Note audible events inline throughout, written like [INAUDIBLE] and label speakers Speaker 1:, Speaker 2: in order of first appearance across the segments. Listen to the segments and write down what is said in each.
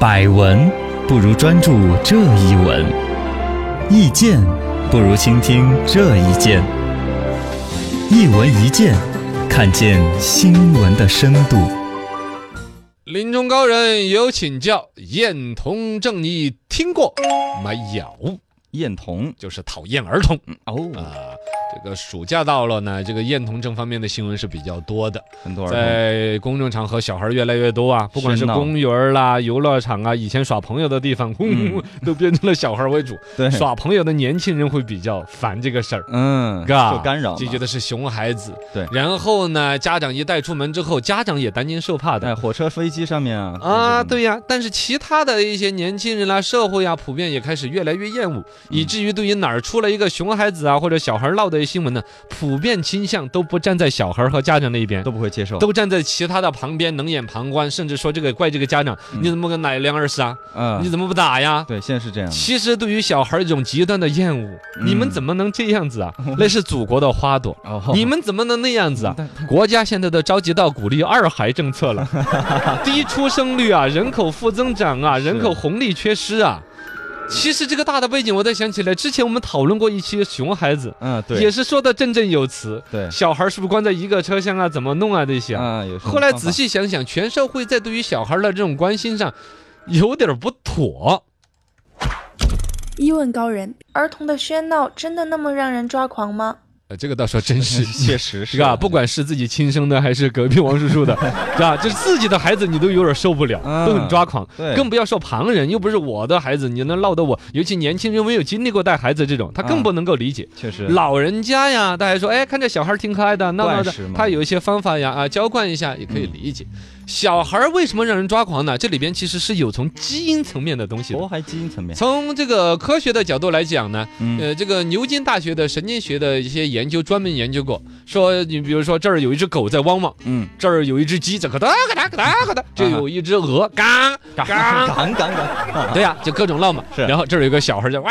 Speaker 1: 百闻不如专注这一闻，意见不如倾听这一见。一闻一见，看见新闻的深度。
Speaker 2: 临终高人有请教，厌童症你听过没有？
Speaker 1: 艳童
Speaker 2: 就是讨厌儿童
Speaker 1: 哦，
Speaker 2: 啊。这个暑假到了呢，这个厌童症方面的新闻是比较多的，
Speaker 1: 很多儿
Speaker 2: 在公众场合小孩儿越来越多啊，不管是
Speaker 1: 喧闹
Speaker 2: 公园儿啦、游乐场啊，以前耍朋友的地方，
Speaker 1: 嗯
Speaker 2: [LAUGHS]
Speaker 1: 哎
Speaker 2: 都变成了小孩儿
Speaker 1: [LAUGHS]
Speaker 2: 为主。
Speaker 1: 童对
Speaker 2: 耍朋友的年轻人会比较
Speaker 1: 啊
Speaker 2: 烦这个事儿。
Speaker 1: 嗯
Speaker 2: 嘎
Speaker 1: 受干扰
Speaker 2: 就觉
Speaker 1: 得
Speaker 2: 得是熊孩子，
Speaker 1: 对
Speaker 2: 然后呢，家长一带出门之后，家长也担惊受怕的
Speaker 1: 在，火车、飞机上面啊
Speaker 2: 啊，
Speaker 1: 这种
Speaker 2: 对呀，但是其他的一些年轻人啦、社会呀，普遍也开始越来越厌恶，
Speaker 1: 嗯
Speaker 2: 以至于对于哪儿出了一个熊孩子啊或者小孩闹的新闻呢，普遍倾向都不站在小孩和家长那一边
Speaker 1: 都。不会接受，
Speaker 2: 都站在其他的旁边冷眼旁观，甚至说这个怪这个家长，
Speaker 1: 嗯
Speaker 2: 你怎么个奶粮二十啊？你
Speaker 1: 嗯，
Speaker 2: 怎么不打呀？
Speaker 1: 对，现在是这样的，
Speaker 2: 其实对于小孩一种极端的厌恶，
Speaker 1: 嗯
Speaker 2: 你们怎么能这
Speaker 1: [LAUGHS]
Speaker 2: 样子啊？那是祖国的花朵，
Speaker 1: 哦
Speaker 2: [LAUGHS] 你们怎么能那样 [LAUGHS] 子啊？
Speaker 1: 但
Speaker 2: 国家现在都着急到鼓励二孩政策 [LAUGHS] 了，低出生率啊，人口负增长啊，
Speaker 1: 是
Speaker 2: 人口红利缺失啊。其实这个大的背景，我才想起来，之前我们讨论过一期熊孩子，
Speaker 1: 嗯，
Speaker 2: 也
Speaker 1: 对
Speaker 2: 是说的振振有词，
Speaker 1: 对
Speaker 2: 小孩是不是关在一个车厢啊，怎么弄啊这些啊。
Speaker 1: 啊，有时候
Speaker 2: 后来
Speaker 1: 方
Speaker 2: 仔
Speaker 1: 法
Speaker 2: 细想想，全社会在对于小孩的这种关心上，有点不妥。
Speaker 3: 一问高人，儿童的喧闹真的那么让人抓狂吗？
Speaker 2: 呃，这个倒说真 [LAUGHS] 是
Speaker 1: 确实
Speaker 2: 是
Speaker 1: 是
Speaker 2: 吧？不管是自己亲生的还是隔壁王叔
Speaker 1: [LAUGHS]
Speaker 2: 叔的，是吧？就是自己的孩子，你都有点受不了，
Speaker 1: 嗯
Speaker 2: 都很抓狂。
Speaker 1: 对
Speaker 2: 更不要说旁人，又不是我的孩子，你能闹得我？尤其年轻人没有经历过带孩子这种，他
Speaker 1: 啊
Speaker 2: 更不能够理解。
Speaker 1: 确实
Speaker 2: 老人家呀，大家说，哎，看这小孩挺可爱的，闹闹的
Speaker 1: 惯事，嘛嗯
Speaker 2: 他有一些方法呀，啊，浇灌一下也可以理解。小孩为什么让人抓狂呢？这里边其实是有从基因层面的东西的
Speaker 1: 哦，还基因层面，
Speaker 2: 从这个科学的角度来讲呢，
Speaker 1: 嗯，
Speaker 2: 呃，这个牛津大学的神经学的一些研究专门研究过，说呃你比如说这儿有一只狗在汪汪，
Speaker 1: 嗯，
Speaker 2: 这儿有一只鸡在咯哒咯哒咯哒咯哒，就有一只
Speaker 1: 啊
Speaker 2: 鹅嘎嘎，
Speaker 1: 杠杠杠，
Speaker 2: 对呀、就各种闹嘛。
Speaker 1: 是
Speaker 2: 然后这儿有一个小孩叫哇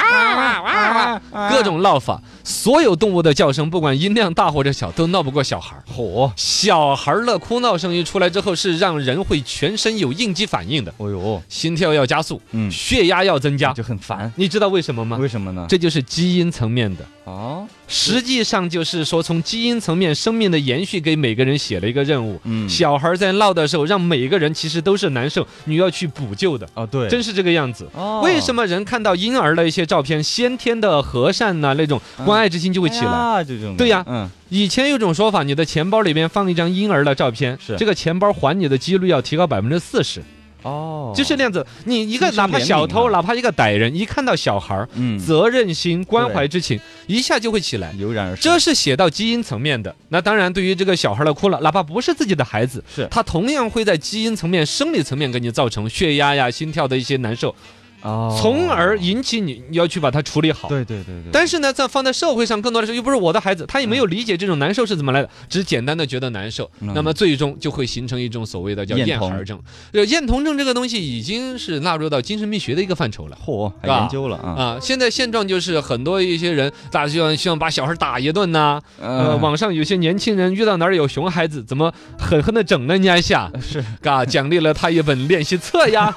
Speaker 1: [LAUGHS]
Speaker 2: 哇哇哇，
Speaker 1: 啊
Speaker 2: 各种闹法，所有动物的叫声，不管音量大或者小，都闹不过小孩儿。
Speaker 1: 火，
Speaker 2: 小孩儿的哭闹声一出来之后，是让人会全身有应激反应的，
Speaker 1: 哦呦，
Speaker 2: 心跳要加速，
Speaker 1: 嗯，
Speaker 2: 血压要增加。
Speaker 1: 就很烦，
Speaker 2: 你知道为什么吗？
Speaker 1: 为什么呢？
Speaker 2: 这就是基因层面的。
Speaker 1: 哦，
Speaker 2: 实际上就是说，从基因层面，生命的延续给每个人写了一个任务。
Speaker 1: 嗯，
Speaker 2: 小孩在闹的时候，让每个人其实都是难受，你要去补救的，
Speaker 1: 哦对，
Speaker 2: 真是这个样子。
Speaker 1: 哦，
Speaker 2: 为什
Speaker 1: 么
Speaker 2: 么人看到婴儿的一些照片，先天的和善呐、那种
Speaker 1: 嗯
Speaker 2: 关爱之心就会起来？
Speaker 1: 啊？这种
Speaker 2: 对呀
Speaker 1: 嗯，
Speaker 2: 以前有种说法，你的钱包里边放一张婴儿的照片，
Speaker 1: 是
Speaker 2: 这个钱包还你的几率要提高百分之四十，
Speaker 1: 哦，
Speaker 2: 就是那样子。你一个
Speaker 1: 心生
Speaker 2: 哪怕
Speaker 1: 怜悯
Speaker 2: 小偷，
Speaker 1: 嘛
Speaker 2: 哪怕一个歹人，一看到小孩儿，
Speaker 1: 嗯，
Speaker 2: 责任心、关怀之情一下就会起来。
Speaker 1: 油然而生，
Speaker 2: 这是写到基因层面的。那当然，对于这个小孩的哭了，哪怕不是自己的孩子，
Speaker 1: 是
Speaker 2: 他同样会在基因层面、生理层面给你造成血压呀、心跳的一些难受，
Speaker 1: 哦，
Speaker 2: 从而引起你你要去把它处理好。
Speaker 1: 对对对对，
Speaker 2: 但是呢，在放在社会上，更多的是又不是我的孩子，他也没有理解这种难受是怎么来的，只简单的觉得难受，
Speaker 1: 嗯
Speaker 2: 那么最终就会形成一种所谓的叫
Speaker 1: 厌
Speaker 2: 厌
Speaker 1: 童
Speaker 2: 孩症。呃，厌童症这个东西已经是纳入到精神病学的一个范畴了。
Speaker 1: 嚯，还
Speaker 2: 是吧
Speaker 1: 研究了啊，
Speaker 2: 啊，现在现状就是很多一些人，大家希望希望把小孩打一顿呐、
Speaker 1: 嗯
Speaker 2: 呃，网上有些年轻人遇到哪儿有熊孩子，怎么狠狠的整了人家
Speaker 1: [LAUGHS]
Speaker 2: 一下，
Speaker 1: 是
Speaker 2: 嘎，奖励了他一本练习册
Speaker 1: [LAUGHS]
Speaker 2: 呀，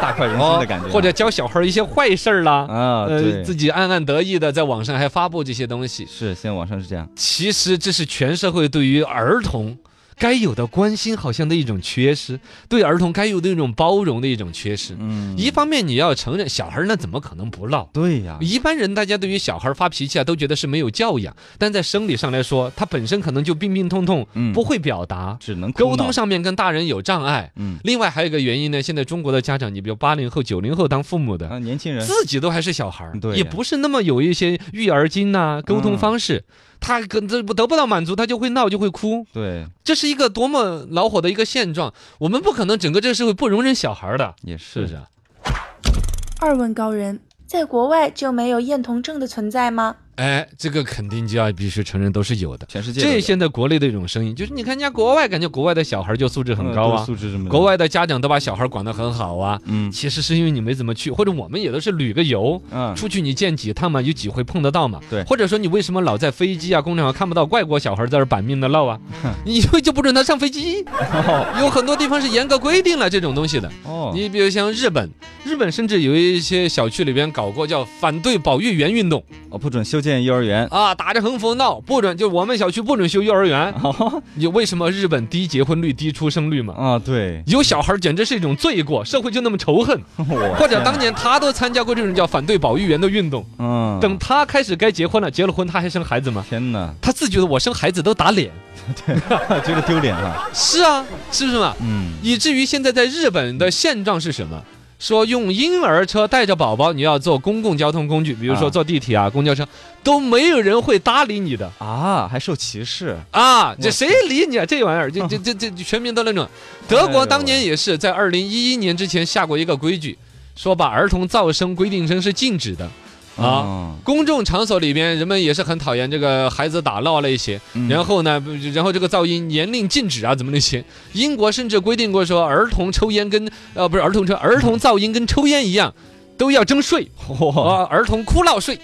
Speaker 1: 大快人心的感觉，
Speaker 2: 哦或者教小孩儿一些坏事儿啦，
Speaker 1: 啊，
Speaker 2: 呃，
Speaker 1: 对，
Speaker 2: 自己暗暗得意的在网上还发布这些东西。
Speaker 1: 是现在网上是这样，
Speaker 2: 其实这是全社会对于儿童该有的关心，好像的一种缺失，对儿童该有的一种包容的一种缺失。
Speaker 1: 嗯，
Speaker 2: 一方面你要承认，小孩儿那怎么可能不闹？
Speaker 1: 对呀，
Speaker 2: 一般人大家对于小孩发脾气啊，都觉得是没有教养，但在生理上来说，他本身可能就病病痛痛，
Speaker 1: 嗯
Speaker 2: 不会表达，
Speaker 1: 只能哭
Speaker 2: 沟通
Speaker 1: 闹，
Speaker 2: 上面跟大人有障碍。
Speaker 1: 嗯
Speaker 2: 另外还有一个原因呢，现在中国的家长，你比如八零后、九零后当父母的。
Speaker 4: 嗯
Speaker 1: 啊，年轻人，
Speaker 2: 自己都还是小孩儿
Speaker 1: 对，呀
Speaker 2: 也不是那么有一些育儿经呐、沟通方式，他跟这不得不到满足，他就会闹，就会哭，
Speaker 1: 对，
Speaker 2: 这是一个多么恼火的一个现状。我们不可能整个这个社会不容忍小孩儿的，
Speaker 1: 也
Speaker 2: 是不是？啊？
Speaker 3: 二问高人，在国外就没有厌童症的存在吗？
Speaker 2: 哎，这个肯定就要必须承认都是有的。
Speaker 4: 全世界都有
Speaker 2: 这现在国内的一种声音，就是你看人家国外，感觉国外的小孩就素质很高
Speaker 4: 嗯都
Speaker 2: 啊
Speaker 4: 是，素质什么的，
Speaker 2: 国外的家长都把小孩管得很好啊。
Speaker 4: 嗯
Speaker 2: 其实是因为你没怎么去，或者我们也都是旅个游，
Speaker 4: 嗯
Speaker 2: 出去你见几趟嘛，有几回碰得到嘛。
Speaker 4: 对
Speaker 2: 或者说你为什么老在飞机啊、公交上看不到外国小孩在这儿板命的
Speaker 4: [LAUGHS]
Speaker 2: 闹啊？你因为就不准他上飞机，有很多地方是严格规定了这种东西的。
Speaker 4: 哦，
Speaker 2: 你比如像日本，日本甚至有一些小区里边搞过叫反对保育园运动
Speaker 4: 哦不准修建幼儿园，
Speaker 2: 啊，打着横幅闹，不准就我们小区不准修幼儿
Speaker 4: [LAUGHS]
Speaker 2: 园。
Speaker 4: 哦
Speaker 2: 你为什么日本低结婚率、低出生率嘛？
Speaker 4: 啊对， [LAUGHS]
Speaker 2: 有小孩简直是一种罪过，社会就那么仇恨。
Speaker 4: 我
Speaker 2: [LAUGHS] 或者当年他都参加过这种叫反对保育员的运动。
Speaker 4: 嗯
Speaker 2: 等他开始该结婚了，结了婚他还生孩子吗？
Speaker 4: 天哪， [LAUGHS]
Speaker 2: 他自己觉得我生孩子都打脸，
Speaker 4: 觉得丢脸了，
Speaker 2: 是啊，是不是嘛？
Speaker 4: 嗯
Speaker 2: 以至于现在在日本的现状是什么？说用婴儿车带着宝宝，你要坐公共交通工具，比如说
Speaker 4: 啊
Speaker 2: 坐地铁啊、公交车，都没有人会搭理你的
Speaker 4: 啊还受歧视，
Speaker 2: 啊！这谁理你啊？这玩意儿，
Speaker 4: [LAUGHS]
Speaker 2: 这这这这全民都那种。德国当
Speaker 4: 哎
Speaker 2: 年也是在二零一一年之前下过一个规矩，说把儿童噪声规定成是禁止的啊。
Speaker 4: 嗯
Speaker 2: 公众场所里边，人们也是很讨厌这个孩子打闹了一些，
Speaker 4: 嗯
Speaker 2: 然后呢，不然后这个噪音严令禁止啊，怎么那些？英国甚至规定过说，儿童抽烟跟呃不是儿童抽儿童噪音跟抽烟一样，都要征税
Speaker 4: [LAUGHS] 嚯，
Speaker 2: 啊，儿童哭闹税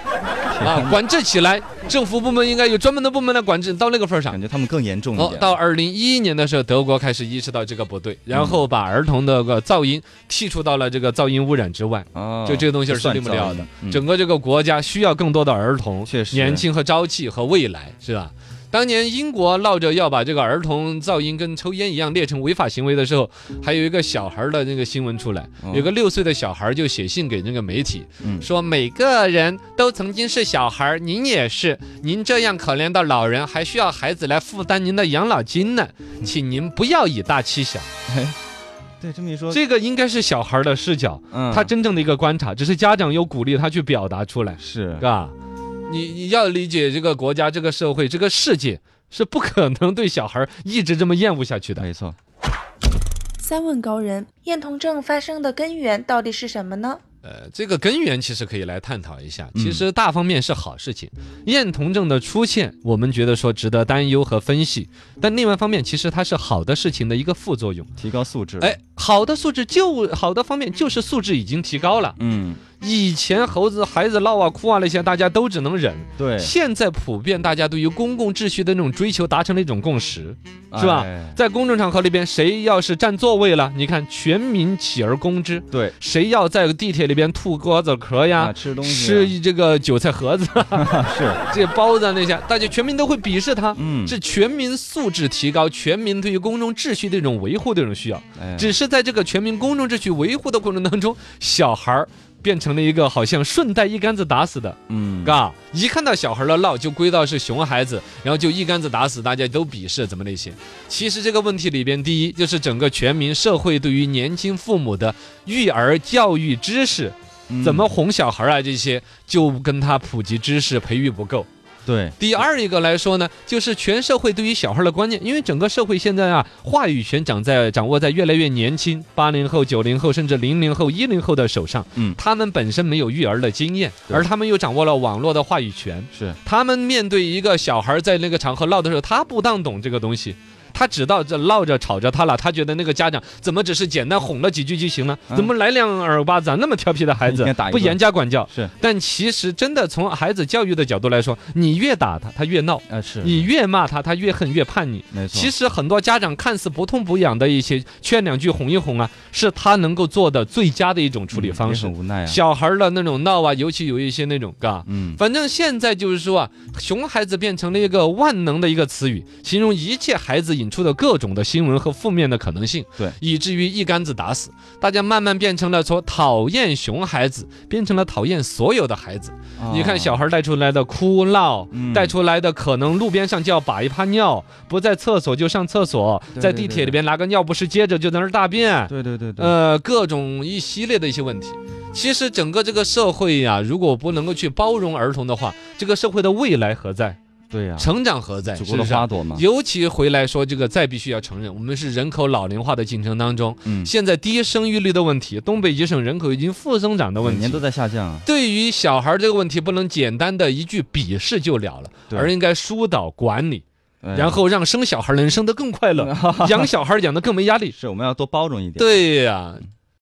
Speaker 2: 啊，管制起来，政府部门应该有专门的部门来管制，到那个份儿上
Speaker 4: 感。觉他们更严重一
Speaker 2: 哦，
Speaker 4: 点，
Speaker 2: 到二零一一年的时候，德国开始意识到这个不对，然后
Speaker 4: 嗯
Speaker 2: 把儿童的个噪音剔除到了这个噪音污染之外。
Speaker 4: 哦
Speaker 2: 就这个东西
Speaker 4: 就是算
Speaker 2: 定不了
Speaker 4: 噪
Speaker 2: 的
Speaker 4: 音。嗯
Speaker 2: 整个这个国家需要更多的儿童，
Speaker 4: 确实
Speaker 2: 年轻和朝气和未来，是吧？当年英国闹着要把这个儿童噪音跟抽烟一样列成违法行为的时候，还有一个小孩儿的那个新闻出来，
Speaker 4: 嗯
Speaker 2: 有个六岁的小孩儿就写信给那个媒体，
Speaker 4: 嗯
Speaker 2: 说每个人都曾经是小孩儿，您也是，您这样可怜的老人还需要孩子来负担您的养老金呢，
Speaker 4: 嗯
Speaker 2: 请您不要以大欺小。
Speaker 4: 对这么一说，
Speaker 2: 这个应该是小孩儿的视角，
Speaker 4: 嗯
Speaker 2: 他真正的一个观察，只是家长有鼓励他去表达出来。
Speaker 4: 是
Speaker 2: 啊，你你要理解这个国家、这个社会、这个世界是不可能对小孩儿一直这么厌恶下去的。
Speaker 4: 没错，
Speaker 3: 三问高人：厌童症发生的根源到底是什么呢？
Speaker 2: 呃，这个根源其实可以来探讨一下。
Speaker 4: 嗯
Speaker 2: 其实大方面是好事情，厌童症的出现，我们觉得说值得担忧和分析，但另外一方面，其实它是好的事情的一个副作用。
Speaker 4: 提高素质，
Speaker 2: 哎，好的素质就好的方面就是素质已经提高了。
Speaker 4: 嗯
Speaker 2: 以前猴子、孩子闹啊、哭啊那些，大家都只能忍。
Speaker 4: 对
Speaker 2: 现在普遍大家对于公共秩序的那种追求达成了一种共识，是吧
Speaker 4: 哎
Speaker 2: 在公众场合里边，谁要是占座位了，你看全民起而攻之；
Speaker 4: 对
Speaker 2: 谁要在地铁里边吐瓜子壳
Speaker 4: 啊
Speaker 2: 呀、
Speaker 4: 吃东西啊
Speaker 2: 吃这个韭菜盒子、 [LAUGHS]
Speaker 4: 是
Speaker 2: 这包子啊那些，大家全民都会鄙视他。
Speaker 4: 嗯
Speaker 2: 是全民素质提高，全民对于公众秩序的一种维护的一种需要。
Speaker 4: 哎
Speaker 2: 只是在这个全民公众秩序维护的过程当中，小孩儿变成了一个好像顺带一竿子打死的。
Speaker 4: 嗯
Speaker 2: 嘎，啊一看到小孩儿的闹，就归到是熊孩子，然后就一竿子打死，大家都鄙视怎么那些。其实这个问题里边，第一就是整个全民社会对于年轻父母的育儿教育知识，
Speaker 4: 嗯
Speaker 2: 怎么哄小孩儿啊这些，就跟他普及知识培育不够。
Speaker 4: 对
Speaker 2: 第二一个来说呢，就是全社会对于小孩儿的观念，因为整个社会现在啊，话语权掌在掌握在越来越年轻，八零后、九零后，甚至零零后、一零后的手上。
Speaker 4: 嗯
Speaker 2: 他们本身没有育儿的经验，
Speaker 4: 对
Speaker 2: 而他们又掌握了网络的话语权。
Speaker 4: 是
Speaker 2: 他们面对一个小孩儿在那个场合闹的时候，他不当懂这个东西。他只道这闹着吵着他了，他觉得那个家长怎么只是简单哄了几句就行了，
Speaker 4: 嗯
Speaker 2: 怎么来两耳巴子啊？那么调皮的孩子
Speaker 4: 应该打一顿
Speaker 2: 不严加管教，
Speaker 4: 是
Speaker 2: 但其实真的从孩子教育的角度来说，你越打他，他越闹；
Speaker 4: 啊是
Speaker 2: 你越骂他，他越恨越叛逆。
Speaker 4: 没错
Speaker 2: 其实很多家长看似不痛不痒的一些劝两句哄一哄啊，是他能够做的最佳的一种处理
Speaker 4: 嗯
Speaker 2: 方
Speaker 4: 也
Speaker 2: 式。
Speaker 4: 很无奈啊
Speaker 2: 小孩儿的那种闹啊，尤其有一些那种嘎。
Speaker 4: 嗯
Speaker 2: 反正现在就是说啊，熊孩子变成了一个万能的一个词语，形容一切孩子引出的各种的新闻和负面的可能性，
Speaker 4: 对
Speaker 2: 以至于一竿子打死。大家慢慢变成了从讨厌熊孩子变成了讨厌所有的孩子。你看小
Speaker 4: 孩
Speaker 2: 孩带出来的哭闹，
Speaker 4: 哦嗯
Speaker 2: 带出来的可能路边上就要把一泡尿，不在厕所就上厕所，
Speaker 4: 对
Speaker 2: 在
Speaker 4: 对
Speaker 2: 地
Speaker 4: 对
Speaker 2: 铁里边拿个尿不湿接着就在那儿大便，
Speaker 4: 对对对对
Speaker 2: 呃，各种一系列的一些问题。其实整个这个社会呀、如果不能够去包容儿童的话，这个社会的未来何在？
Speaker 4: 对呀、
Speaker 2: 成长何在？
Speaker 4: 啊祖
Speaker 2: 是
Speaker 4: 国
Speaker 2: 不
Speaker 4: 的
Speaker 2: 是啊
Speaker 4: 花朵嘛，
Speaker 2: 尤其回来说这个，再必须要承认，我们是人口老龄化的进程当中，
Speaker 4: 嗯，
Speaker 2: 现在低生育率的问题，东北一省人口已经负增长的
Speaker 4: 每
Speaker 2: 问
Speaker 4: 年
Speaker 2: 题
Speaker 4: 都。在下降啊。
Speaker 2: 对于小孩这个问题，不能简单的一句鄙视就了了，
Speaker 4: 对
Speaker 2: 而应该疏导管理，
Speaker 4: 哎呀
Speaker 2: 然后
Speaker 4: [LAUGHS]
Speaker 2: 让生小孩能生得更快乐，养小孩养得更没压力。
Speaker 4: 是我们要多包容一点。
Speaker 2: 对呀、